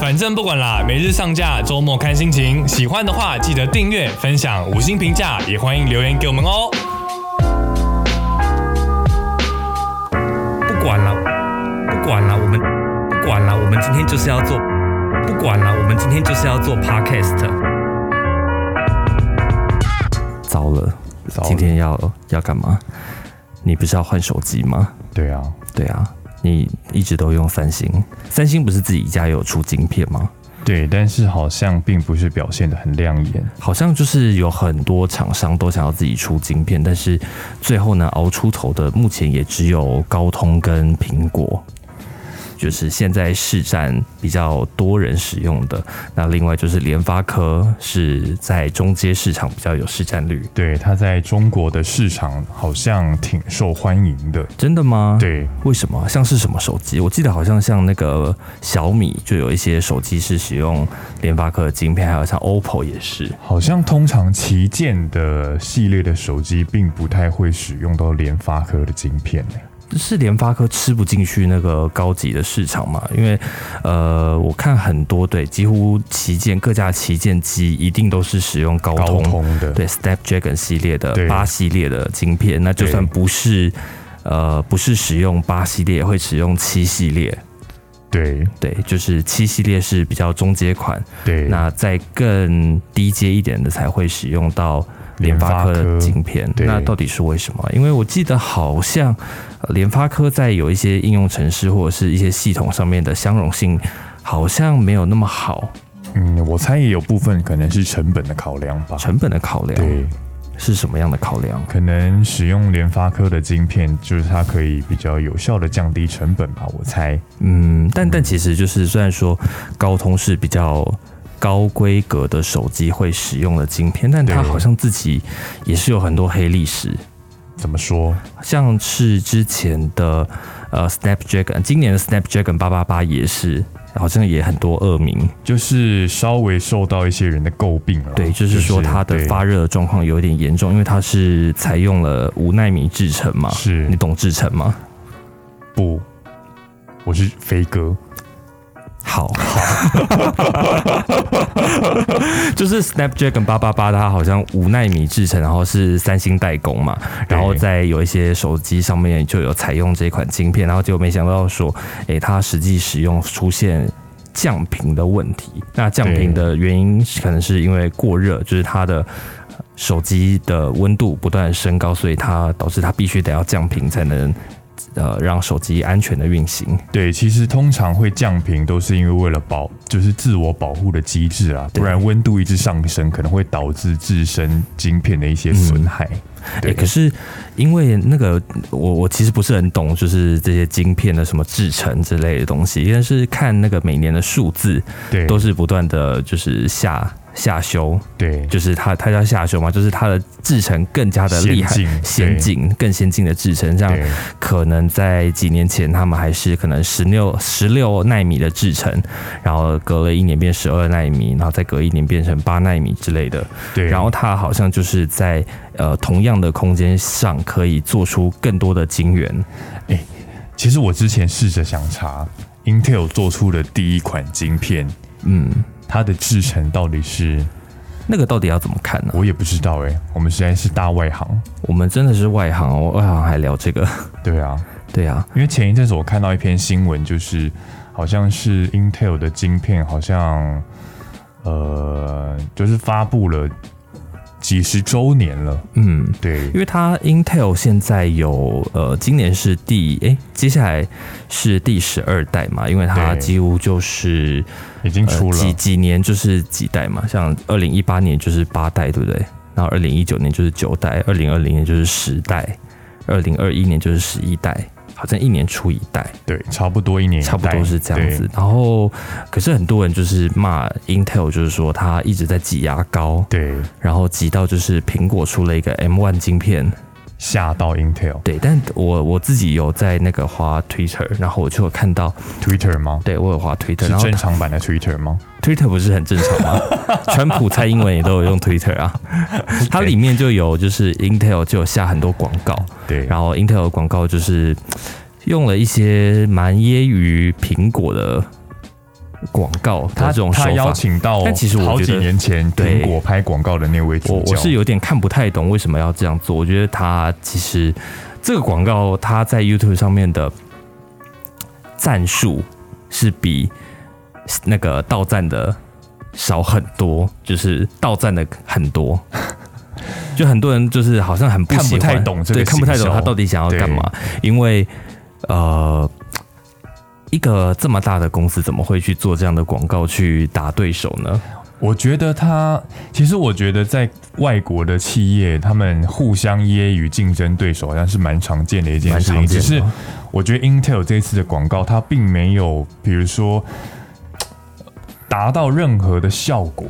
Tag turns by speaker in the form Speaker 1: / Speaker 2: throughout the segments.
Speaker 1: 反正不管啦，每日上架，周末看心情。喜欢的话记得订阅、分享、五星评价，也欢迎留言给我们哦。
Speaker 2: 不管了，不管了，我们不管了，我们今天就是要做，不管了，我们今天就是要做 podcast。糟了，
Speaker 3: 糟了
Speaker 2: 今天要要干嘛？你不是要换手机吗？
Speaker 3: 对啊，
Speaker 2: 对啊，你一直都用三星，三星不是自己家有出晶片吗？
Speaker 3: 对，但是好像并不是表现的很亮眼。
Speaker 2: 好像就是有很多厂商都想要自己出晶片，但是最后呢，熬出头的目前也只有高通跟苹果，就是现在市占比较多人使用的。那另外就是联发科是在中阶市场比较有市占率，
Speaker 3: 对，它在中国的市场好像挺受欢迎的。
Speaker 2: 真的吗？。
Speaker 3: 对，
Speaker 2: 为什么？像是什么手机？我记得好像像那个小米，就有一些手机是使用联发科的晶片，还有像 OPPO 也是。
Speaker 3: 好像通常旗舰的系列的手机并不太会使用到联发科的晶片欸。
Speaker 2: 是联发科吃不进去那个高级的市场嘛？因为呃，我看很多对，几乎旗舰各家旗舰机一定都是使用高
Speaker 3: 高
Speaker 2: 通
Speaker 3: 通的，
Speaker 2: 对 Snapdragon 系列的
Speaker 3: 对
Speaker 2: 八系列的晶片，那就
Speaker 3: 对
Speaker 2: 算不是呃不是使用八系列，会使用七系列。
Speaker 3: 对
Speaker 2: 对，就是七系列是比较中阶款，
Speaker 3: 对，
Speaker 2: 那在更低阶一点的才会使用到联发科的晶片。
Speaker 3: 对
Speaker 2: 那到底是为什么？因为我记得好像呃联发科在有一些应用程式或者是一些系统上面的相容性好像没有那么好，
Speaker 3: 嗯，我猜也有部分可能是成本的考量吧。
Speaker 2: 成本的考量
Speaker 3: 对，
Speaker 2: 是什么样的考量？
Speaker 3: 可能使用联发科的晶片，就是它可以比较有效的降低成本吧，我猜。
Speaker 2: 嗯，但但其实就是虽然说高通是比较。高规格的手机会使用的晶片，但它
Speaker 3: 对
Speaker 2: 好像自己也是有很多黑历史。
Speaker 3: 怎么说？
Speaker 2: 像是之前的呃 Snapdragon，今年的 Snapdragon 八八八也是，好像也很多恶名。
Speaker 3: 就是稍微受到一些人的诟病了。
Speaker 2: 对，就是说它的
Speaker 3: 对
Speaker 2: 发热状况有点严重，因为它是采用了五纳米制程嘛。
Speaker 3: 是
Speaker 2: 你懂制程吗？
Speaker 3: 不，我是飞哥。
Speaker 2: 好， 就是 Snapdragon 八八八，它好像五纳米制成，然后是三星代工嘛，
Speaker 3: 对
Speaker 2: 然后在有一些手机上面就有采用这款晶片，然后结果没想到说，诶、它实际使用出现。降频的问题，那降频的原因是可能是因为过热，就是它的手机的温度不断升高，所以它导致它必须得要降频才能呃让手机安全的运行。
Speaker 3: 对，其实通常会降频都是因为为了保，就是自我保护的机制啊，
Speaker 2: 对
Speaker 3: 不然温度一直上升，可能会导致自身晶片的一些损害。
Speaker 2: 欸
Speaker 3: 对，
Speaker 2: 可是因为那个我我其实不是很懂，就是这些晶片的什么制成之类的东西，但是看那个每年的数字
Speaker 3: 对，
Speaker 2: 都是不断的就是下下修，
Speaker 3: 对，
Speaker 2: 就是它它叫下修嘛，就是它的制成更加的厉害
Speaker 3: 先进、
Speaker 2: 先进、更先进的制成，这样
Speaker 3: 对，
Speaker 2: 可能在几年前他们还是可能十六十六纳米的制成，然后隔了一年变十二纳米，然后再隔一年变成八纳米之类的。
Speaker 3: 对，
Speaker 2: 然后它好像就是在呃同样的空间上可以做出更多的晶圆。
Speaker 3: 其实我之前试着想查 Intel 做出的第一款晶片，
Speaker 2: 嗯，
Speaker 3: 它的制程到底是
Speaker 2: 那个到底要怎么看呢、
Speaker 3: 我也不知道哎、我们实在是大外行。
Speaker 2: 我们真的是外行哦，外行还聊这个？
Speaker 3: 对啊，
Speaker 2: 对啊，
Speaker 3: 因为前一阵子我看到一篇新闻，就是好像是 Intel 的晶片好像呃，就是发布了几十周年了。
Speaker 2: 嗯。
Speaker 3: 对
Speaker 2: 因为它 Intel 现在有呃，今年是第诶，接下来是第十二代嘛，因为它
Speaker 3: 对
Speaker 2: 几乎就是
Speaker 3: 已经
Speaker 2: 呃
Speaker 3: 出了。
Speaker 2: 几几年就是几代嘛，像二零一八年就是八代，对不对？然后二零一九年就是九代，二零二零年就是十代，二零二一年就是十一代，好像一年出一代，
Speaker 3: 对，差不多一年一代，
Speaker 2: 差不多是这样子。然后，可是很多人就是骂 Intel，就是说它一直在挤牙膏，
Speaker 3: 对。对，
Speaker 2: 然后挤到就是苹果出了一个 M1 晶片，
Speaker 3: 吓到 Intel
Speaker 2: 对。但我我自己有在那个滑 Twitter，然后我就有看到，
Speaker 3: Twitter 吗？
Speaker 2: 对我有滑 Twitter，
Speaker 3: 是
Speaker 2: 然后
Speaker 3: 正常版的 Twitter 吗？
Speaker 2: Twitter 不是很正常 吗？川普、蔡英文也都有用 Twitter 啊，它里面就有就是 Intel 就有下很多广告，
Speaker 3: 对，
Speaker 2: 然后 Intel 的广告就是用了一些蛮揶揄苹果的广告的
Speaker 3: 他
Speaker 2: 这种手
Speaker 3: 他邀
Speaker 2: 法。
Speaker 3: 请到，
Speaker 2: 但其实我
Speaker 3: 好几
Speaker 2: 觉得
Speaker 3: 年前
Speaker 2: 对
Speaker 3: 苹果拍广告的那位
Speaker 2: 我
Speaker 3: 主角，
Speaker 2: 我是有点看不太懂为什么要这样做。我觉得他其实这个广告他在 YouTube 上面的赞数是比那个到赞的少很多，就是到赞的很多。 就很多人就是好像很不
Speaker 3: 看不
Speaker 2: 喜欢
Speaker 3: 太懂这个
Speaker 2: 对，看不太懂
Speaker 3: 行销
Speaker 2: 他到底想要干嘛，因为呃。一个这么大的公司怎么会去做这样的广告去打对手呢？
Speaker 3: 我觉得他，其实我觉得在外国的企业，他们互相揶揄竞争对手，好像是蛮常见的一件事情。
Speaker 2: 蛮常见
Speaker 3: 只
Speaker 2: 的
Speaker 3: 是我觉得 Intel 这次的广告，它并没有，比如说达到任何的效果，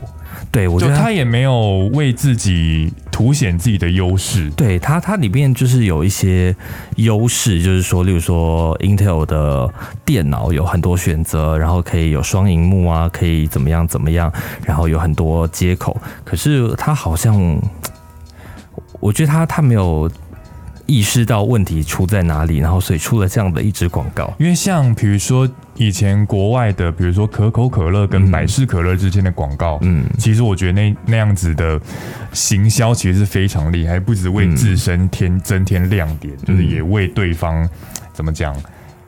Speaker 2: 对我觉
Speaker 3: 就
Speaker 2: 得
Speaker 3: 他也没有为自己凸显自己的优势。
Speaker 2: 对它，它里面就是有一些优势，就是说，例如说 Intel 的电脑有很多选择，然后可以有双荧幕啊，可以怎么样怎么样，然后有很多接口。可是它好像，我觉得它它没有意识到问题出在哪里，然后所以出了这样的一支广告。
Speaker 3: 因为像比如说以前国外的，比如说可口可乐跟
Speaker 2: 嗯
Speaker 3: 百事可乐之间的广告，
Speaker 2: 嗯，
Speaker 3: 其实我觉得那那样子的行销其实是非常厉害，不只为自身添、增添亮点，
Speaker 2: 嗯
Speaker 3: 就是也为对方怎么讲，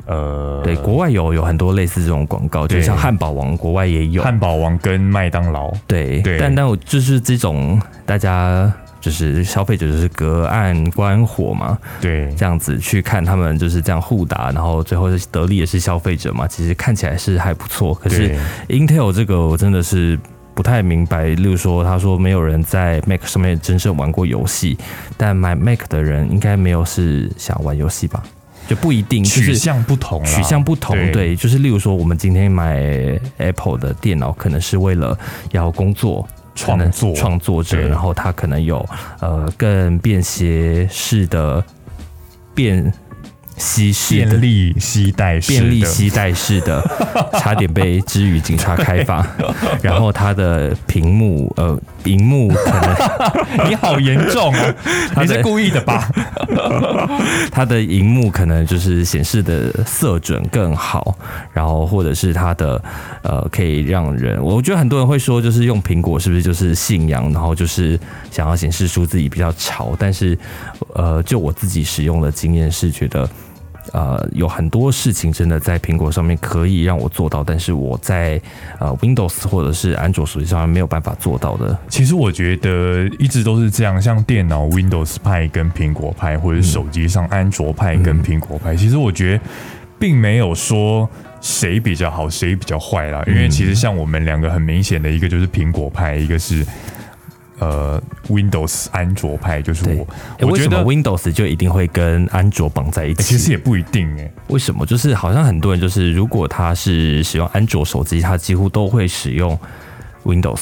Speaker 3: 呃，
Speaker 2: 对，国外有有很多类似这种广告，就
Speaker 3: 对
Speaker 2: 像汉堡王，国外也有。
Speaker 3: 汉堡王跟麦当劳，
Speaker 2: 对，
Speaker 3: 对
Speaker 2: 但但我就是这种大家就是消费者就是隔岸观火嘛，
Speaker 3: 对，
Speaker 2: 这样子去看他们就是这样互打，然后最后是得利也是消费者嘛，其实看起来是还不错。可是
Speaker 3: 对，
Speaker 2: Intel 这个我真的是不太明白，例如说他说没有人在 Mac 上面真正玩过游戏，但买 Mac 的人应该没有是想玩游戏吧？就不一定，就
Speaker 3: 取
Speaker 2: 是
Speaker 3: 向不同啦，
Speaker 2: 取向不同，
Speaker 3: 啊对
Speaker 2: 对，就是例如说，我们今天买 Apple 的电脑，可能是为了要工作。
Speaker 3: 创
Speaker 2: 可能
Speaker 3: 作
Speaker 2: 创作者，
Speaker 3: 对
Speaker 2: 然后他可能有呃更便携式的便携式
Speaker 3: 便
Speaker 2: 的
Speaker 3: 利携带式的
Speaker 2: 便利携带式 的，差点被之于警察开罚。然后它的屏幕呃，屏幕可能
Speaker 3: 你好严重
Speaker 1: 啊
Speaker 3: 哦、
Speaker 2: 他
Speaker 3: 你
Speaker 2: 的
Speaker 3: 是故意的吧？
Speaker 2: 它的荧幕可能就是显示的色准更好，然后或者是它的呃可以让人，我觉得很多人会说，就是用苹果是不是就是信仰，然后就是想要显示出自己比较潮，但是呃，就我自己使用的经验是觉得。呃，有很多事情真的在苹果上面可以让我做到，但是我在呃 Windows 或者是安卓手机上面没有办法做到的。
Speaker 3: 其实我觉得一直都是这样，像电脑 Windows 派跟苹果派，或者是手机上安卓派
Speaker 2: 嗯
Speaker 3: 跟苹果派，其实我觉得并没有说谁比较好，谁比较坏啦。
Speaker 2: 嗯
Speaker 3: 因为其实像我们两个很明显的一个就是苹果派，一个是呃 Windows 安卓派，就是
Speaker 2: 对
Speaker 3: 我。
Speaker 2: 诶
Speaker 3: 我
Speaker 2: 为
Speaker 3: 觉
Speaker 2: 什么
Speaker 3: 得、
Speaker 2: Windows 就一定会跟安卓绑在一起？
Speaker 3: 其实也不一定哎、
Speaker 2: 为什么？就是好像很多人就是，如果他是使用安卓手机，他几乎都会使用 Windows。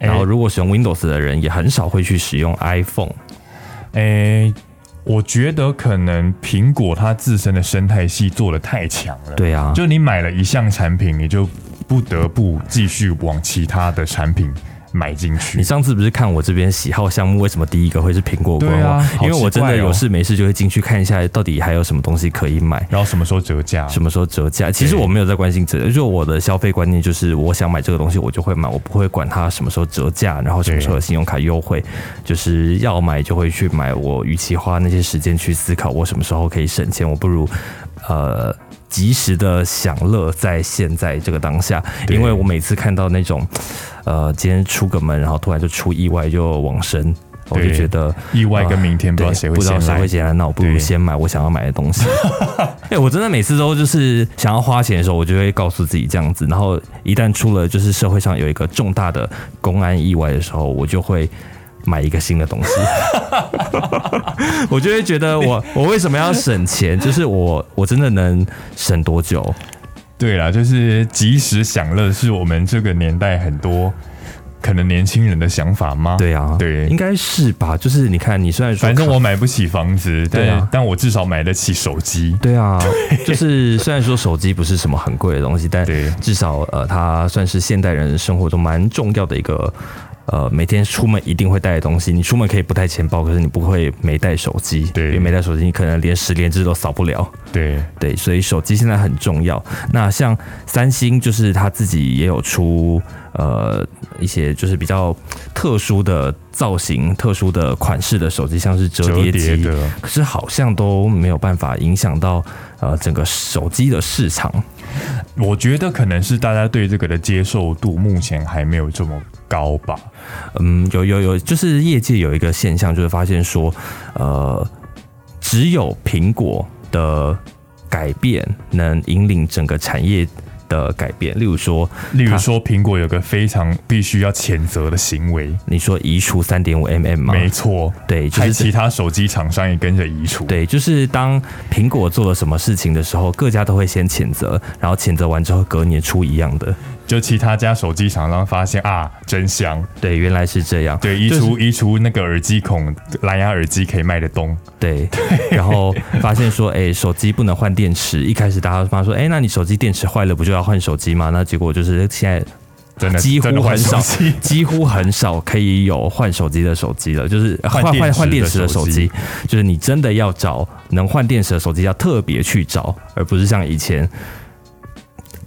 Speaker 3: 哎
Speaker 2: 然后，如果使用 Windows 的人，也很少会去使用 iPhone。
Speaker 3: 诶、我觉得可能苹果它自身的生态系做的太强了。
Speaker 2: 对啊，
Speaker 3: 就你买了一项产品，你就不得不继续往其他的产品买进
Speaker 2: 你
Speaker 3: 去。
Speaker 2: 上次不是看我这边喜好项目，为什么第一个会是苹果官
Speaker 3: 对
Speaker 2: 网？
Speaker 3: 啊好
Speaker 2: 因为我真的
Speaker 3: 奇怪哦
Speaker 2: 有事没事就会进去看一下，到底还有什么东西可以买。
Speaker 3: 然后什么时候折价？
Speaker 2: 什么时候折价？其实
Speaker 3: 啊对
Speaker 2: 我没有在关心折，就我的消费观念就是，我想买这个东西我就会买，我不会管它什么时候折价，然后什么时候有信用卡优惠，就是要买就会去买。我与其花那些时间去思考我什么时候可以省钱，我不如呃及时的享乐在现在这个当下，
Speaker 3: 对
Speaker 2: 因为我每次看到那种呃今天出个门，然后突然就出意外就往生，我就
Speaker 3: 对
Speaker 2: 觉得。
Speaker 3: 意外跟明天不知
Speaker 2: 对，
Speaker 3: 道谁会
Speaker 2: 不知道
Speaker 3: 先
Speaker 2: 谁
Speaker 3: 来
Speaker 2: 会。先来，那我不如
Speaker 3: 对
Speaker 2: 先买我想要买的东 西。哎、我真的每次都就是想要花钱的时候，我就会告诉自己这样子，然后一旦出了就是社会上有一个重大的公安意外的时候，我就会。买一个新的东西， 我就会觉得我 我为什么要省钱？就是我我真的能省多久？
Speaker 3: 对啦，就是及时享乐是我们这个年代很多可能年轻人的想法吗？
Speaker 2: 对啊，
Speaker 3: 对
Speaker 2: 应该是吧。就是你看，你虽然说
Speaker 3: 反正
Speaker 2: 卡
Speaker 3: 我买不起房子，
Speaker 2: 对啊
Speaker 3: 但但我至少买得起手机。
Speaker 2: 对啊，就是虽然说手机不是什么很贵的东西，但
Speaker 3: 对
Speaker 2: 至少呃，它算是现代人生活中蛮重要的一个呃每天出门一定会带的东西。你出门可以不带钱包，可是你不会没带手机，
Speaker 3: 对
Speaker 2: 因为没带手机，你可能连十连制都扫不了。
Speaker 3: 对，
Speaker 2: 对，所以手机现在很重要。那像三星，就是它自己也有出呃一些就是比较特殊的造型、特殊的款式的手机，像是折叠
Speaker 3: 折叠
Speaker 2: 机，
Speaker 3: 的，
Speaker 2: 可是好像都没有办法影响到呃整个手机的市场。
Speaker 3: 我觉得可能是大家对这个的接受度目前还没有这么高吧。
Speaker 2: 嗯，有有有，就是业界有一个现象，就是发现说，呃，只有苹果的改变能引领整个产业的改变。例如说，
Speaker 3: 例如说，苹果有个非常必须要谴责的行为，
Speaker 2: 你说移除三点五 mm 吗？
Speaker 3: 没错，
Speaker 2: 对，就
Speaker 3: 还
Speaker 2: 是
Speaker 3: 其他手机厂商也跟着移除。
Speaker 2: 对，就是当苹果做了什么事情的时候，各家都会先谴责，然后谴责完之后隔年出一样的。
Speaker 3: 就其他家手机厂商发现啊，真香，
Speaker 2: 对，原来是这样。
Speaker 3: 对，移
Speaker 2: 就是
Speaker 3: 除移除那个耳机孔，蓝牙耳机可以卖得动。
Speaker 2: 对，然后发现说，哎、手机不能换电池。一开始大家发说，哎、那你手机电池坏了，不就要换手机吗？那结果就是现在
Speaker 3: 真的
Speaker 2: 几乎
Speaker 3: 真的换
Speaker 2: 很少
Speaker 3: 手机，
Speaker 2: 几乎很少可以有换手机的手机了，就是呃
Speaker 3: 换
Speaker 2: 换
Speaker 3: 电
Speaker 2: 换
Speaker 3: 池
Speaker 2: 换
Speaker 3: 的
Speaker 2: 电池的
Speaker 3: 手
Speaker 2: 手机，就是你真的要找能换电池的手机，要特别去找，而不是像以前。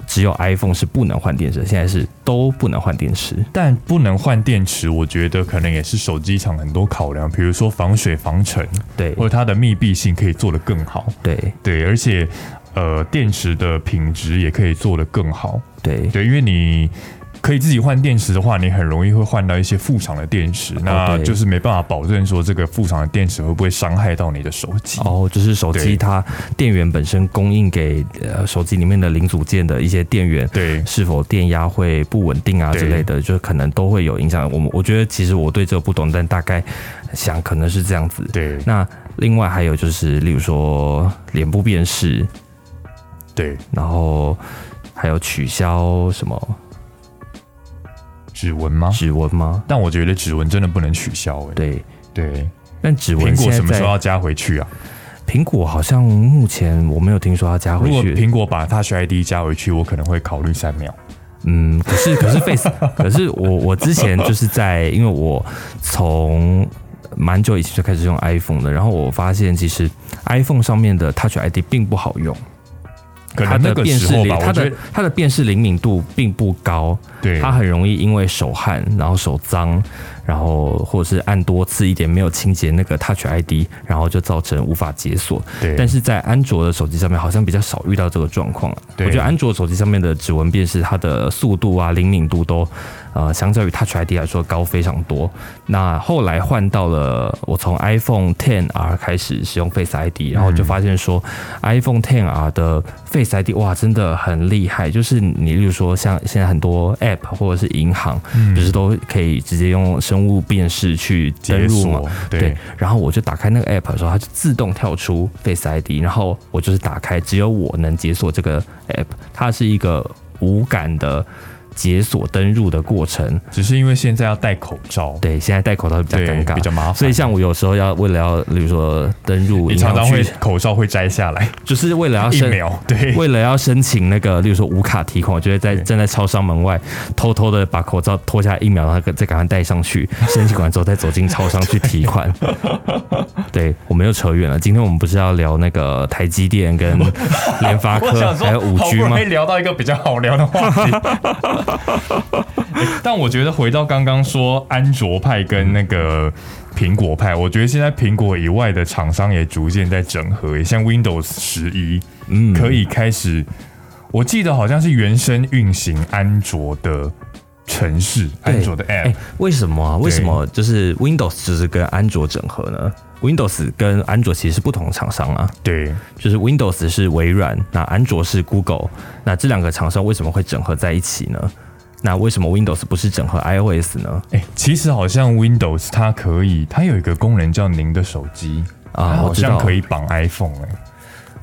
Speaker 2: 只有 iPhone 是不能换电池的，现在是都不能换电池。
Speaker 3: 但不能换电池，我觉得可能也是手机厂很多考量，比如说防水、防尘，
Speaker 2: 对
Speaker 3: 或者它的密闭性可以做得更好。
Speaker 2: 对
Speaker 3: 对，而且呃，电池的品质也可以做得更好。
Speaker 2: 对
Speaker 3: 对，因为你可以自己换电池的话，你很容易会换到一些副厂的电池，那
Speaker 2: 哦对
Speaker 3: 就是没办法保证说这个副厂的电池会不会伤害到你的手机。
Speaker 2: 哦，就是手机
Speaker 3: 对
Speaker 2: 它电源本身供应给呃手机里面的零组件的一些电源，
Speaker 3: 对
Speaker 2: 是否电压会不稳定啊
Speaker 3: 对
Speaker 2: 之类的，就是可能都会有影响。我们我觉得其实我对这个不懂，但大概想可能是这样子。
Speaker 3: 对
Speaker 2: 那另外还有就是，例如说脸部辨识，
Speaker 3: 对，
Speaker 2: 然后还有取消什么
Speaker 3: 指纹吗？
Speaker 2: 指纹吗？
Speaker 3: 但我觉得指纹真的不能取消、欸。
Speaker 2: 对，
Speaker 3: 对，
Speaker 2: 但指纹
Speaker 3: 苹
Speaker 2: 现
Speaker 3: 果
Speaker 2: 在
Speaker 3: 什么时候
Speaker 2: 在
Speaker 3: 要加回去啊？
Speaker 2: 苹果好像目前我没有听说要加回
Speaker 3: 如果
Speaker 2: 去。啊
Speaker 3: 苹果把 Touch ID 加回去，我可能会考虑三秒。
Speaker 2: 嗯，可是可是 Face，可是我我之前就是在，因为我从蛮久以前就开始用 iPhone 的，然后我发现其实 iPhone 上面的 Touch ID 并不好用，
Speaker 3: 可
Speaker 2: 它
Speaker 3: 能那
Speaker 2: 的
Speaker 3: 个
Speaker 2: 辨
Speaker 3: 时
Speaker 2: 识
Speaker 3: 候
Speaker 2: 灵
Speaker 3: 吧，
Speaker 2: 它
Speaker 3: 我觉
Speaker 2: 的
Speaker 3: 得
Speaker 2: 它的辨识灵敏度并不高，
Speaker 3: 对
Speaker 2: 它很容易因为手汗，然后手脏，然后或者是按多次一点没有清洁那个 Touch ID，然后就造成无法解锁。
Speaker 3: 对，
Speaker 2: 但是在安卓的手机上面好像比较少遇到这个状况。啊我
Speaker 3: 对
Speaker 2: 觉得安卓手机上面的指纹辨识，它的速度啊、灵敏度都呃，相较于 Touch ID 来说高非常多。那后来换到了我从 iPhone 10R 开始使用 Face
Speaker 3: 嗯
Speaker 2: ID，然后就发现说、iPhone 10R 的 Face ID 哇，真的很厉害。就是你例如说像现在很多 App 或者是银行，
Speaker 3: 嗯
Speaker 2: 就是都可以直接用生物辨识去登
Speaker 3: 解
Speaker 2: 入嘛
Speaker 3: 锁。
Speaker 2: 对
Speaker 3: 对，
Speaker 2: 然后我就打开那个 app 的时候，它就自动跳出 Face ID，然后我就是打开，只有我能解锁这个 app，它是一个无感的解锁登入的过程。
Speaker 3: 只是因为现在要戴口罩，
Speaker 2: 对，现在戴口罩比较
Speaker 3: 对
Speaker 2: 尴尬，
Speaker 3: 比较麻烦，
Speaker 2: 所以像我有时候要为了要，比如说登入
Speaker 3: 你
Speaker 2: 银
Speaker 3: 常
Speaker 2: 行
Speaker 3: 常会
Speaker 2: 去，
Speaker 3: 口罩会摘下来
Speaker 2: 就是为了要
Speaker 3: 一
Speaker 2: 申，
Speaker 3: 秒，对，
Speaker 2: 为了要申请那个，例如说无卡提款，我就会在
Speaker 3: 对
Speaker 2: 站在超商门外偷偷的把口罩脱下来一秒，然后再赶快戴上 去，申请完之后再走进超商去提款。 对，我们又扯远了。今天我们不是要聊那个台积电 跟联发
Speaker 3: 我
Speaker 2: 科
Speaker 3: 想说，
Speaker 2: 还有五
Speaker 3: 好
Speaker 2: G
Speaker 3: 不
Speaker 2: 吗
Speaker 3: 容易？聊到一个比较好聊的话题。但我觉得回到刚刚说安卓派跟那个苹果派，我觉得现在苹果以外的厂商也逐渐在整合，像 Windows 十一，
Speaker 2: 嗯
Speaker 3: 可以开始，我记得好像是原生运行安卓的城市，
Speaker 2: 对
Speaker 3: 安卓的 App，、
Speaker 2: 哎、为什么啊？为什
Speaker 3: 对
Speaker 2: 么就是 Windows 就是跟安卓整合呢？Windows 跟安卓其实是不同厂商啊，
Speaker 3: 对，
Speaker 2: 就是 Windows 是微软，那安卓是 Google，那这两个厂商为什么会整合在一起呢？那为什么 Windows 不是整合 iOS 呢？
Speaker 3: 哎、其实好像 Windows 它可以，它有一个功能叫您的手机
Speaker 2: 啊
Speaker 3: 它
Speaker 2: 我
Speaker 3: 好
Speaker 2: 知道
Speaker 3: 像可以绑 iPhone 哎、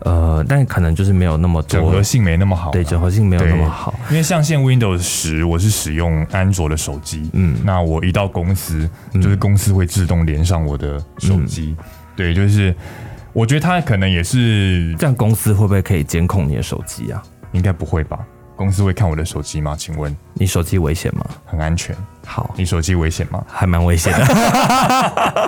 Speaker 2: 呃，但可能就是没有那么
Speaker 3: 整
Speaker 2: 多
Speaker 3: 合，性没那么好啦，
Speaker 2: 对整合性没有
Speaker 3: 对
Speaker 2: 那么好。
Speaker 3: 因为像现 Windows 十，我是使用安卓的手机，
Speaker 2: 嗯
Speaker 3: 嗯，那我一到公司，就是公司会自动连上我的手机，
Speaker 2: 嗯
Speaker 3: 对，就是我觉得它可能也是
Speaker 2: 这样公司会不会可以监控你的手机啊？
Speaker 3: 应该不会吧？公司会看我的手机吗？请问
Speaker 2: 你手机危险吗？
Speaker 3: 很安全？
Speaker 2: 好，
Speaker 3: 你手机危险吗？
Speaker 2: 还蛮危险的。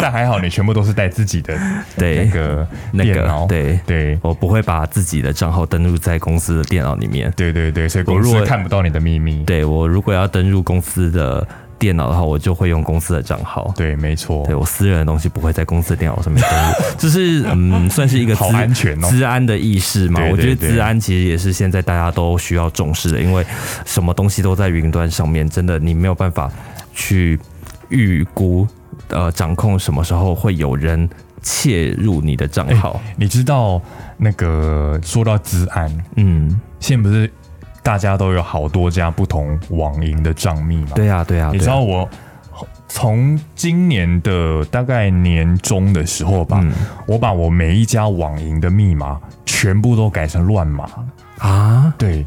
Speaker 3: 但还好你全部都是带自己的
Speaker 2: 对
Speaker 3: 那个
Speaker 2: 那
Speaker 3: 电
Speaker 2: 个
Speaker 3: 脑，
Speaker 2: 对
Speaker 3: 对
Speaker 2: 我不会把自己的账号登录在公司的电脑里面。
Speaker 3: 对对对，所以
Speaker 2: 我
Speaker 3: 公
Speaker 2: 如
Speaker 3: 司
Speaker 2: 果
Speaker 3: 看不到你的秘密。
Speaker 2: 对我如果要登入公司的电脑的话，我就会用公司的账号。
Speaker 3: 对，没错
Speaker 2: 对。我私人的东西不会在公司的电脑上面登录， 就是嗯，算是一个
Speaker 3: 好
Speaker 2: 资
Speaker 3: 安全哦
Speaker 2: 治安的意识嘛。
Speaker 3: 对
Speaker 2: 我觉
Speaker 3: 对
Speaker 2: 得
Speaker 3: 对
Speaker 2: 治安其实也是现在大家都需要重视的，因为什么东西都在云端上面，真的你没有办法去预估呃掌控什么时候会有人窃入你的账号。
Speaker 3: 你知道那个说到治安，
Speaker 2: 嗯，
Speaker 3: 现在不是大家都有好多家不同网银的账密吗？
Speaker 2: 对啊，对啊，
Speaker 3: 你
Speaker 2: 对啊
Speaker 3: 知道我从今年的大概年中的时候吧，
Speaker 2: 嗯
Speaker 3: 我把我每一家网银的密码全部都改成乱码。
Speaker 2: 啊？
Speaker 3: 对，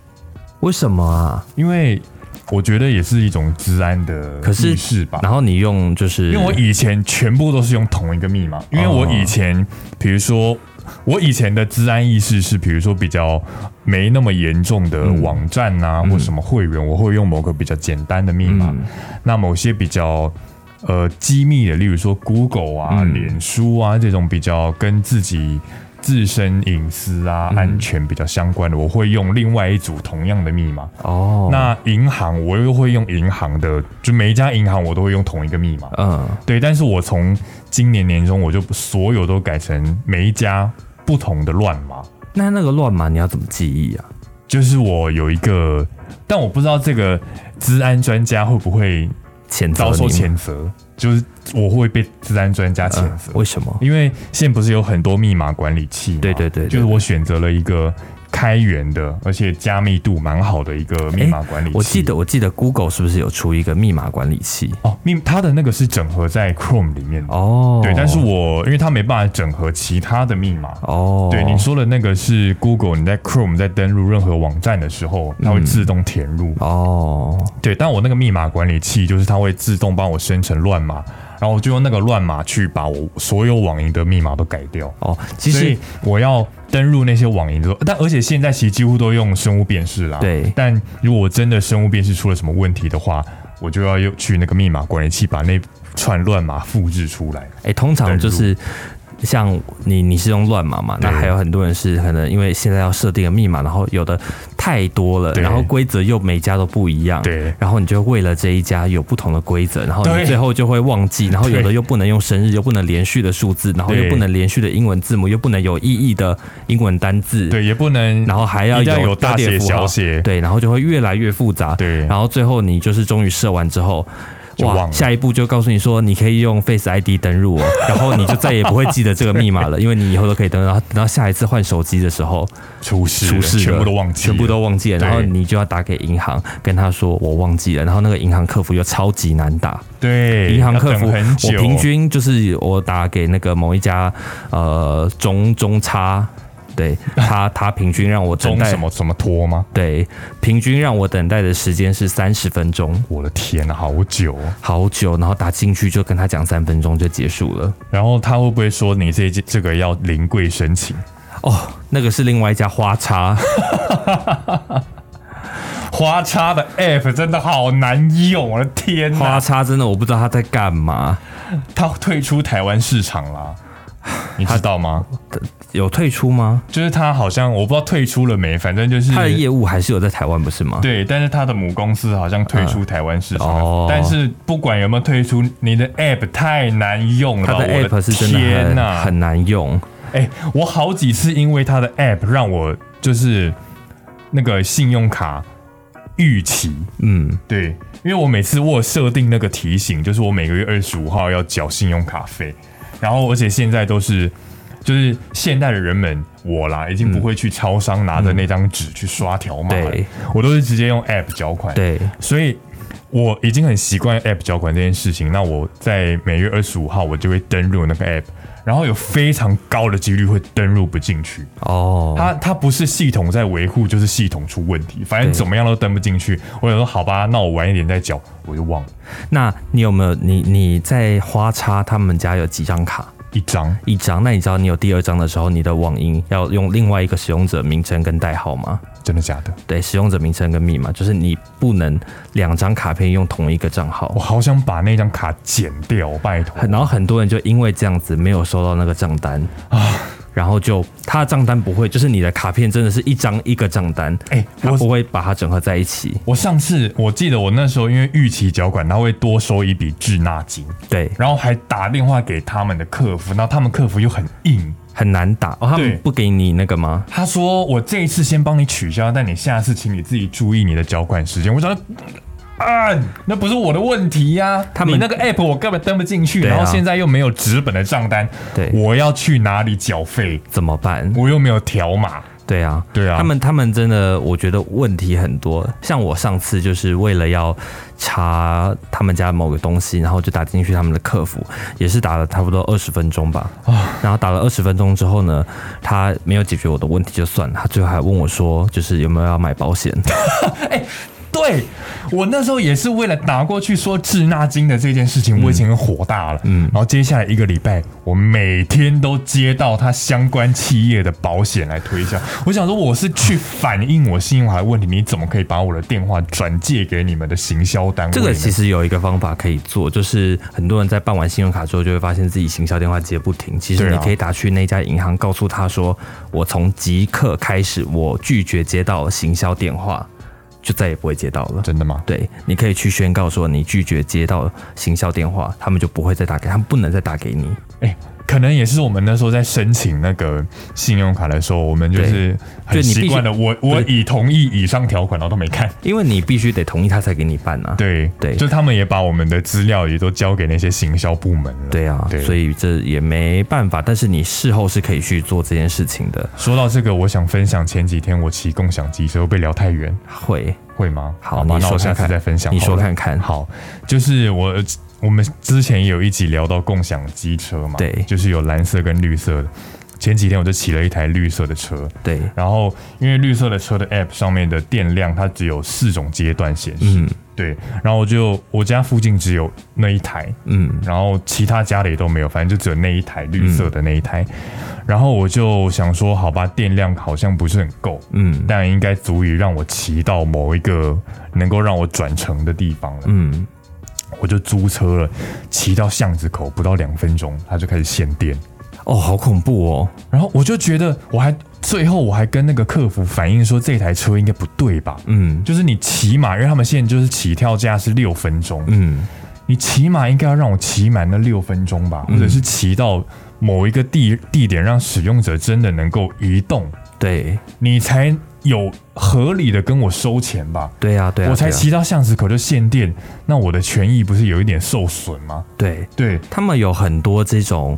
Speaker 2: 为什么啊？
Speaker 3: 因为我觉得也是一种治安的
Speaker 2: 可是
Speaker 3: 意识吧。
Speaker 2: 然后你用就是，
Speaker 3: 啊因为我以前全部都是用同一个密
Speaker 2: 哦
Speaker 3: 码，因为我以前，比如说，我以前的治安意识是，比如说比较没那么严重的网站啊，或什么会员，我会用某个比较简单的密码。
Speaker 2: 嗯
Speaker 3: 那某些比较呃机密的，例如说 Google 啊、
Speaker 2: 嗯
Speaker 3: 脸书啊这种比较跟自己。自身隐私啊，
Speaker 2: 嗯
Speaker 3: 安全比较相关的，我会用另外一组同样的密码。
Speaker 2: 哦，
Speaker 3: 那银行我又会用银行的，就每一家银行我都会用同一个密码。
Speaker 2: 嗯
Speaker 3: 对，但是我从今年年中我就所有都改成每一家不同的乱码，
Speaker 2: 那那个乱码你要怎么记忆啊？
Speaker 3: 就是我有一个，但我不知道这个治安专家会不会
Speaker 2: 谴责
Speaker 3: 遭受
Speaker 2: 你吗
Speaker 3: 谴责，就是我会被治安专家谴
Speaker 2: 嗯
Speaker 3: 责，
Speaker 2: 为什么？
Speaker 3: 因为现在不是有很多密码管理器吗？
Speaker 2: 对对对对
Speaker 3: 就是我选择了一个开源的，而且加密度蛮好的一个密码管理器。
Speaker 2: 我记得我记得 Google 是不是有出一个密码管理器？
Speaker 3: 哦，密它的那个是整合在 Chrome 里面的。
Speaker 2: 哦，
Speaker 3: 对，但是我因为它没办法整合其他的密码，
Speaker 2: 哦，
Speaker 3: 对，你说的那个是 Google，你在 Chrome 在登录任何网站的时候，
Speaker 2: 嗯
Speaker 3: 它会自动填入。
Speaker 2: 哦，
Speaker 3: 对，但我那个密码管理器就是它会自动帮我生成乱码，然后我就用那个乱码去把我所有网银的密码都改掉。
Speaker 2: 哦，其
Speaker 3: 所
Speaker 2: 实
Speaker 3: 以我要登录那些网银的时候，但而且现在其实几乎都用生物辨识啦。
Speaker 2: 对
Speaker 3: 但如果我真的生物辨识出了什么问题的话，我就要用去那个密码管理器把那串乱码复制出来。
Speaker 2: 哎、通常就是像你你是用乱码嘛，那
Speaker 3: 对
Speaker 2: 还有很多人是可能因为现在要设定个密码，然后有的太多了，
Speaker 3: 对
Speaker 2: 然后规则又每家都不一样，
Speaker 3: 对
Speaker 2: 然后你就为了这一家有不同的规则，然后
Speaker 3: 对
Speaker 2: 你最后就会忘记，然后有的
Speaker 3: 对
Speaker 2: 又不能用生日，又不能连续的数字，然后
Speaker 3: 对
Speaker 2: 又不能连续的英文字母，又不能有意义的英文单字，
Speaker 3: 对，也不能，
Speaker 2: 然后还要
Speaker 3: 一定要
Speaker 2: 有
Speaker 3: 有大
Speaker 2: 点
Speaker 3: 写
Speaker 2: 符
Speaker 3: 小
Speaker 2: 号
Speaker 3: 写。
Speaker 2: 对，然后就会越来越复杂，
Speaker 3: 对
Speaker 2: 然后最后你就是终于设完之后。
Speaker 3: 就忘
Speaker 2: 哇，
Speaker 3: 了
Speaker 2: 下一步就告诉你说，你可以用 Face ID 登 入哦，然后你就再也不会记得这个密码了，因为你以后都可以登入。然后等到下一次换手机的时候，
Speaker 3: 出事
Speaker 2: 出
Speaker 3: 了
Speaker 2: 事了
Speaker 3: 全部都忘记，
Speaker 2: 全部都。忘记了，
Speaker 3: 对
Speaker 2: 然后你就要打给银行，跟他说我忘记了，然后那个银行客服又超级难打，
Speaker 3: 对，
Speaker 2: 银行客服
Speaker 3: 哎要等很久，
Speaker 2: 我平均就是我打给那个某一家呃中中差，对他他平均让我等
Speaker 3: 中
Speaker 2: 待
Speaker 3: 什么什么拖吗？
Speaker 2: 对，平均让我等待的时间是三十分钟，
Speaker 3: 我的天啊，好久哦、
Speaker 2: 好久，然后打进去就跟他讲三分钟就结束了。
Speaker 3: 然后他会不会说你这这个要临柜申请？
Speaker 2: 哦，那个是另外一家花 茶，
Speaker 3: 花叉的 app 真的好难用，我的天呐、
Speaker 2: 花茶真的我不知道他在干嘛，
Speaker 3: 他退出台湾市场啦，你知道吗？
Speaker 2: 有退出吗？
Speaker 3: 就是他好像我不知道退出了没，反正就是
Speaker 2: 他的业务还是有在台湾不是吗？
Speaker 3: 对，但是他的母公司好像退出台湾市场
Speaker 2: 嗯
Speaker 3: 了。
Speaker 2: 哦
Speaker 3: 但是不管有没有退出，你的 app 太难用了吧，
Speaker 2: 他的
Speaker 3: 我
Speaker 2: app 是真的
Speaker 3: 天
Speaker 2: 很
Speaker 3: 呐、
Speaker 2: 很难用，
Speaker 3: 哎、我好几次因为他的 app 让我就是那个信用卡逾期，
Speaker 2: 嗯，
Speaker 3: 对，因为我每次我有设定那个提醒，就是我每个月二十五号要缴信用卡费，然后而且现在都是。就是现代的人们，我啦，已经不会去超商拿着那张纸去刷条码了，
Speaker 2: 对
Speaker 3: 我都是直接用 App 缴款。
Speaker 2: 对，
Speaker 3: 所以我已经很习惯 App 缴款这件事情。那我在每月二十五号我就会登录那个 App，然后有非常高的几率会登录不进去。
Speaker 2: 哦，
Speaker 3: 它它不是系统在维护，就是系统出问题，反正
Speaker 2: 对
Speaker 3: 怎么样都登不进去。我想说好吧，那我晚一点再缴，我就忘了。
Speaker 2: 那你有没有你你在花叉他们家有几张卡？
Speaker 3: 一张，
Speaker 2: 一张。那你知道你有第二张的时候，你的网银要用另外一个使用者名称跟代号吗？
Speaker 3: 真的假的？
Speaker 2: 对，使用者名称跟密码，就是你不能两张卡片用同一个账号
Speaker 3: 我。好想把那张卡剪掉，拜托。
Speaker 2: 很然后很多人就因为这样子没有收到那个账单啊，然后就他的账单不会，就是你的卡片真的是一张一个账单，
Speaker 3: 哎
Speaker 2: 他
Speaker 3: 我
Speaker 2: 不会把它整合在一起。
Speaker 3: 我上次我记得我那时候因为逾期缴款，他会多收一笔滞纳金，
Speaker 2: 对，
Speaker 3: 然后还打电话给他们的客服，然后他们客服又很硬，
Speaker 2: 很难打哦。他
Speaker 3: 对
Speaker 2: 们不给你那个吗？
Speaker 3: 他说我这一次先帮你取消，但你下次请你自己注意你的缴款时间。我想说。嗯啊，那不是我的问题呀、
Speaker 2: 他们
Speaker 3: 你那个 app 我根本登不进去，
Speaker 2: 对啊
Speaker 3: 然后现在又没有纸本的账单，
Speaker 2: 对
Speaker 3: 我要去哪里缴费？
Speaker 2: 怎么办？
Speaker 3: 我又没有条码，
Speaker 2: 对啊，
Speaker 3: 对啊
Speaker 2: 他们他们真的，我觉得问题很多。像我上次就是为了要查他们家某个东西，然后就打进去他们的客服，也是打了差不多二十分钟吧。
Speaker 3: 哦
Speaker 2: 然后打了二十分钟之后呢，他没有解决我的问题就算了，他最后还问我说，就是有没有要买保险？
Speaker 3: 对我那时候也是为了打过去说滞纳金的这件事情，我已经很火大了。嗯，然后接下来一个礼拜，我每天都接到他相关企业的保险来推销。我想说，我是去反映我信用卡的问题，你怎么可以把我的电话转借给你们的行销单位呢？
Speaker 2: 这个其实有一个方法可以做，就是很多人在办完信用卡之后，就会发现自己行销电话接不停。其实
Speaker 3: 对
Speaker 2: 你
Speaker 3: 啊
Speaker 2: 可以打去那家银行，告诉他说：“我从即刻开始，我拒绝接到行销电话，就再也不会接到了。”
Speaker 3: 真的吗？
Speaker 2: 对，你可以去宣告说你拒绝接到行销电话，他们就不会再打给，他们不能再打给你。
Speaker 3: 哎、可能也是我们那时候在申请那个信用卡的时候，我们就是
Speaker 2: 就你
Speaker 3: 很
Speaker 2: 必须
Speaker 3: 习惯的，我我
Speaker 2: 对
Speaker 3: 已同意以上条款，然后都没看。
Speaker 2: 因为你必须得同意他才给你办啊。
Speaker 3: 对
Speaker 2: 对
Speaker 3: 就他们也把我们的资料也都交给那些行销部门了。
Speaker 2: 对啊，
Speaker 3: 对
Speaker 2: 所以这也没办法，但是你事后是可以去做这件事情的。
Speaker 3: 说到这个，我想分享前几天我骑共享机车被聊太远，
Speaker 2: 会，
Speaker 3: 会吗？
Speaker 2: 好
Speaker 3: 吧，
Speaker 2: 你
Speaker 3: 那
Speaker 2: 说
Speaker 3: 我
Speaker 2: 看
Speaker 3: 下次
Speaker 2: 看
Speaker 3: 再分享。哦
Speaker 2: 你说看看
Speaker 3: 好，就是我我们之前有一集聊到共享机车嘛，
Speaker 2: 对
Speaker 3: 就是有蓝色跟绿色的。前几天我就骑了一台绿色的车，
Speaker 2: 对，
Speaker 3: 然后因为绿色的车的 App 上面的电量它只有四种阶段显示，
Speaker 2: 嗯
Speaker 3: 对，然后我就我家附近只有那一台，
Speaker 2: 嗯，
Speaker 3: 然后其他家里都没有，反正就只有那一台绿色的那一台。然后我就想说，好吧，电量好像不是很够，
Speaker 2: 嗯
Speaker 3: 但应该足以让我骑到某一个能够让我转乘的地方了。
Speaker 2: 嗯，
Speaker 3: 我就租车了，骑到巷子口不到两分钟，它就开始限电。
Speaker 2: 哦，好恐怖哦。
Speaker 3: 然后我就觉得，我还最后我还跟那个客服反映说，这台车应该不对吧？
Speaker 2: 嗯
Speaker 3: 就是你骑嘛，因为他们现在就是起跳价是六分钟，
Speaker 2: 嗯
Speaker 3: 你起码应该要让我骑满那六分钟吧，
Speaker 2: 嗯
Speaker 3: 或者是骑到某一个地地点，让使用者真的能够移动，，
Speaker 2: 对
Speaker 3: 你才有合理的跟我收钱吧。
Speaker 2: 对啊，对啊，
Speaker 3: 我才
Speaker 2: 对啊
Speaker 3: 骑到巷子口就限电，那我的权益不是有一点受损吗？
Speaker 2: 对，
Speaker 3: 对，
Speaker 2: 他们有很多这种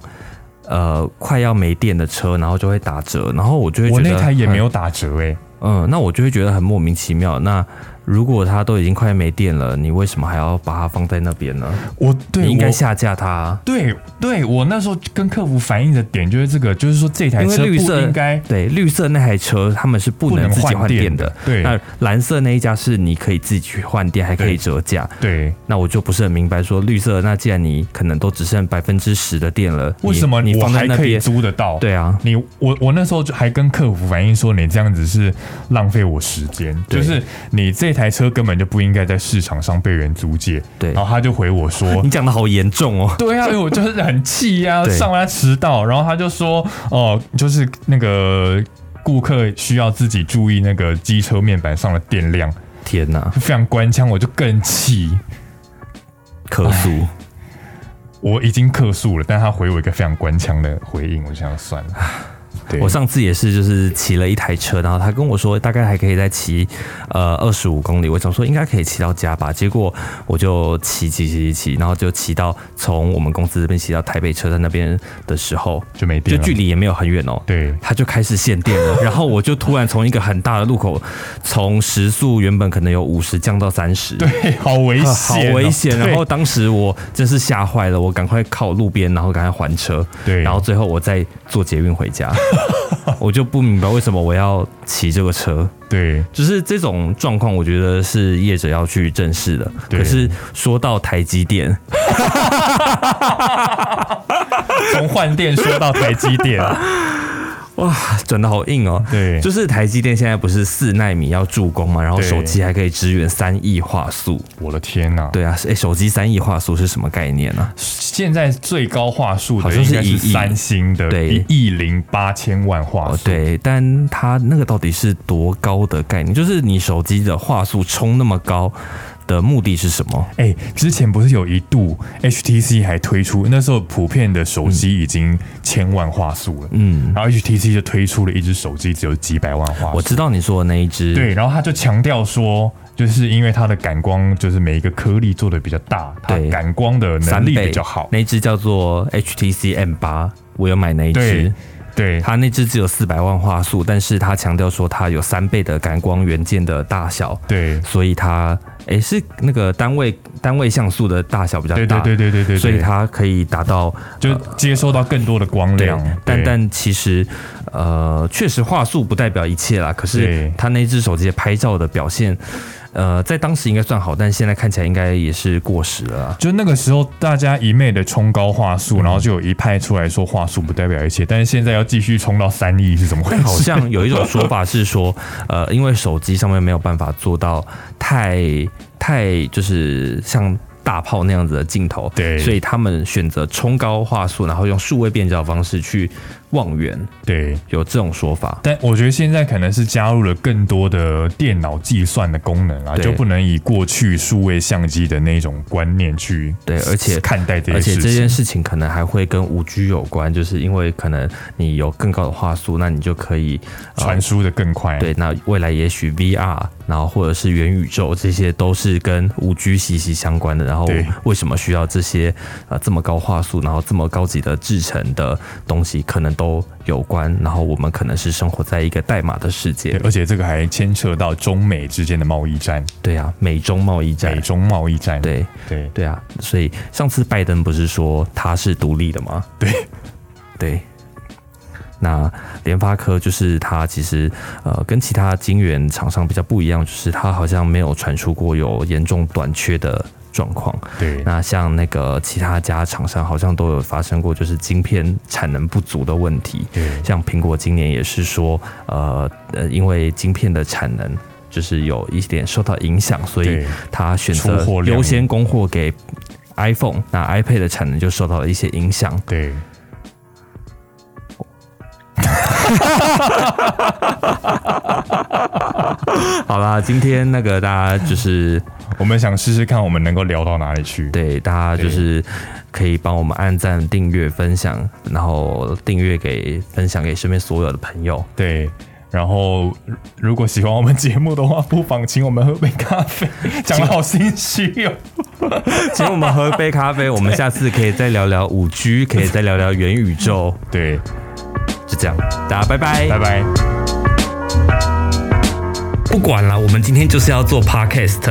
Speaker 2: 呃快要没电的车，然后就会打折，然后我就会觉
Speaker 3: 我
Speaker 2: 得
Speaker 3: 那台也没
Speaker 2: 很
Speaker 3: 有打折欸诶、
Speaker 2: 嗯，那我就会觉得很莫名其妙。那如果它都已经快没电了，你为什么还要把它放在那边呢？
Speaker 3: 我对
Speaker 2: 你应该
Speaker 3: 我
Speaker 2: 下架它啊。
Speaker 3: 对对，我那时候跟客服反映的点就是这个，就是说这台
Speaker 2: 因为
Speaker 3: 车
Speaker 2: 绿
Speaker 3: 不
Speaker 2: 色
Speaker 3: 应该
Speaker 2: 对绿色那台车，他们是不
Speaker 3: 不
Speaker 2: 能
Speaker 3: 能
Speaker 2: 自己
Speaker 3: 换
Speaker 2: 换
Speaker 3: 电
Speaker 2: 电
Speaker 3: 的
Speaker 2: 的。
Speaker 3: 对
Speaker 2: 那蓝色那一家是你可以自己去换电，还可以
Speaker 3: 对
Speaker 2: 折价。
Speaker 3: 对。
Speaker 2: 那我就不是很明白，说绿色，那既然你可能都只剩百分之十的电了，
Speaker 3: 为什么
Speaker 2: 你
Speaker 3: 我
Speaker 2: 放在
Speaker 3: 还
Speaker 2: 那
Speaker 3: 可以
Speaker 2: 边？
Speaker 3: 租得到？
Speaker 2: 对啊，
Speaker 3: 你我我那时候就还跟客服反映说，你这样子是浪费我时间，
Speaker 2: 对
Speaker 3: 就是你这台车根本就不应该在市场上被人租借。
Speaker 2: 对
Speaker 3: 然后他就回我说
Speaker 2: 你。讲的好严重哦。
Speaker 3: 对啊，因为我就是很气呀、
Speaker 2: 对
Speaker 3: 上班迟到，然后他就说，哦、就是那个顾客需要自己注意那个机车面板上的电量，
Speaker 2: 天哪，
Speaker 3: 非常官腔，我就更气，
Speaker 2: 可诉！
Speaker 3: 哎我已经客诉了，但他回我一个非常官腔的回应，我想算了，对
Speaker 2: 我上次也是，就是骑了一台车，然后他跟我说大概还可以再骑呃二十五公里，我想说应该可以骑到家吧，结果我就骑骑骑骑骑，然后就骑到从我们公司这边骑到台北车站那边的时候，
Speaker 3: 就没
Speaker 2: 就
Speaker 3: 电了，
Speaker 2: 距离也没有很远哦，
Speaker 3: 对啊
Speaker 2: 它就开始限电 了。然后我就突然从一个很大的路口，从时速原本可能有五十降到三十，对，
Speaker 3: 对， 好危险哦、
Speaker 2: 好危险。
Speaker 3: 对
Speaker 2: 然后当时我真是吓坏了，我赶快靠路边，然后赶快还车，
Speaker 3: 对
Speaker 2: 然后最后我再坐捷运回 家。我就不明白为什么我要骑这个车，
Speaker 3: 对，
Speaker 2: 就是这种状况，我觉得是业者要去正视的。
Speaker 3: 对
Speaker 2: 可是说到台积电，
Speaker 3: 从换电说到台积电，
Speaker 2: 哇， 转的好硬哦。
Speaker 3: 对
Speaker 2: 就是台积电现在不是四纳米要助攻嘛，然后
Speaker 3: 对
Speaker 2: 手机还可以支援三亿画素。
Speaker 3: 我的天呐、
Speaker 2: 对啊，哎、手机三亿画素是什么概念啊呢、
Speaker 3: 现在最高话术
Speaker 2: 好
Speaker 3: 的
Speaker 2: 像
Speaker 3: 应
Speaker 2: 是
Speaker 3: 该
Speaker 2: 一
Speaker 3: 是
Speaker 2: 亿
Speaker 3: 三星的
Speaker 2: 对
Speaker 3: 一亿零八千万话
Speaker 2: 哦，
Speaker 3: 术，
Speaker 2: 对，但它那个到底是多高的概念？就是你手机的画素冲那么高的目的是什么？
Speaker 3: 哎、之前不是有一度 HTC 还推出，那时候普遍的手机已经千万画素了，
Speaker 2: 嗯，
Speaker 3: 然后 HTC 就推出了一只手机只有几百万画
Speaker 2: 我
Speaker 3: 素，
Speaker 2: 知道你说的那一只，
Speaker 3: 对，然后他就强调说，就是因为它的感光就是每一个颗粒做的比较大，它
Speaker 2: 对
Speaker 3: 感光的
Speaker 2: 三
Speaker 3: 能力
Speaker 2: 倍
Speaker 3: 比较好，
Speaker 2: 那一只叫做 HTC M 八，我有买那一只
Speaker 3: 对。对，
Speaker 2: 它那只只有四百万画素，但是它强调说它有三倍的感光元件的大小，
Speaker 3: 对，
Speaker 2: 所以它诶是那个单位单位像素的大小比较
Speaker 3: 对对
Speaker 2: 大，
Speaker 3: 对对对对，
Speaker 2: 所以
Speaker 3: 对
Speaker 2: 它可以达到
Speaker 3: 就接收到更多的光
Speaker 2: 对
Speaker 3: 量，，
Speaker 2: 但
Speaker 3: 对
Speaker 2: 但其实，呃，确实话术不代表一切啦。可是
Speaker 3: 对
Speaker 2: 他那只手机的拍照的表现，呃，在当时应该算好，但现在看起来应该也是过时了啊啦。
Speaker 3: 就那个时候，大家一昧的冲高话术，然后就有一派出来说话术不代表一切，但是现在要继续冲到三亿是怎么回
Speaker 2: 好
Speaker 3: 事？
Speaker 2: 像有一种说法是说，呃，因为手机上面没有办法做到太太就是像。大炮那样子的镜头，
Speaker 3: 对
Speaker 2: 所以他们选择冲高画素，然后用数位变焦的方式去望远，
Speaker 3: 对，
Speaker 2: 有这种说法。
Speaker 3: 但我觉得现在可能是加入了更多的电脑计算的功能啊，
Speaker 2: 对
Speaker 3: 就不能以过去数位相机的那种观念去
Speaker 2: 对而且
Speaker 3: 看待这
Speaker 2: 而
Speaker 3: 件
Speaker 2: 且
Speaker 3: 事
Speaker 2: 这
Speaker 3: 情
Speaker 2: 件。事情可能还会跟五 G 有关，就是因为可能你有更高的画素，那你就可以、呃
Speaker 3: 传输的更快，
Speaker 2: 对，那未来也许 VR，然后或者是元宇宙，这些都是跟五 G 息息相关的。然后
Speaker 3: 对
Speaker 2: 为什么需要这些呃这么高画素，然后这么高级的制成的东西，可能都有关。然后我们可能是生活在一个代码的世界
Speaker 3: 对，，而且这个还牵扯到中美之间的贸易战，
Speaker 2: 对啊，美中贸易
Speaker 3: 美
Speaker 2: 战，
Speaker 3: 中贸易战，
Speaker 2: 对
Speaker 3: 对
Speaker 2: 对啊。所以上次拜登不是说他是独立的吗？
Speaker 3: 对
Speaker 2: 对。那联发科就是它，其实呃跟其他晶圆厂商比较不一样，就是它好像没有传出过有严重短缺的状况。
Speaker 3: 对
Speaker 2: 那像那个其他家厂商好像都有发生过就是晶片产能不足的问题。
Speaker 3: 对
Speaker 2: 像苹果今年也是说，呃呃，因为晶片的产能就是有一点受到影响，所以
Speaker 3: 对
Speaker 2: 它选择
Speaker 3: 出货量
Speaker 2: 优先供货给 iPhone，那 iPad 的产能就受到了一些影响。
Speaker 3: 对，
Speaker 2: 好啦，今天那个大家就是
Speaker 3: 我们想试试看我们能够聊到哪里去，
Speaker 2: 对大家就是可以帮我们按赞、订阅、分享，然后订阅给分享给身边所有的朋 友。
Speaker 3: 对，然后如如果喜欢我们节目的话，不妨请我们喝杯咖啡。讲的好心虚哦。
Speaker 2: 请我们喝杯咖啡，我们下次可以再聊聊五 G，可以再聊聊元宇宙，
Speaker 3: 对，
Speaker 2: 就这样，大家拜拜，
Speaker 3: 拜拜。
Speaker 2: 不管了，我们今天就是要做 podcast。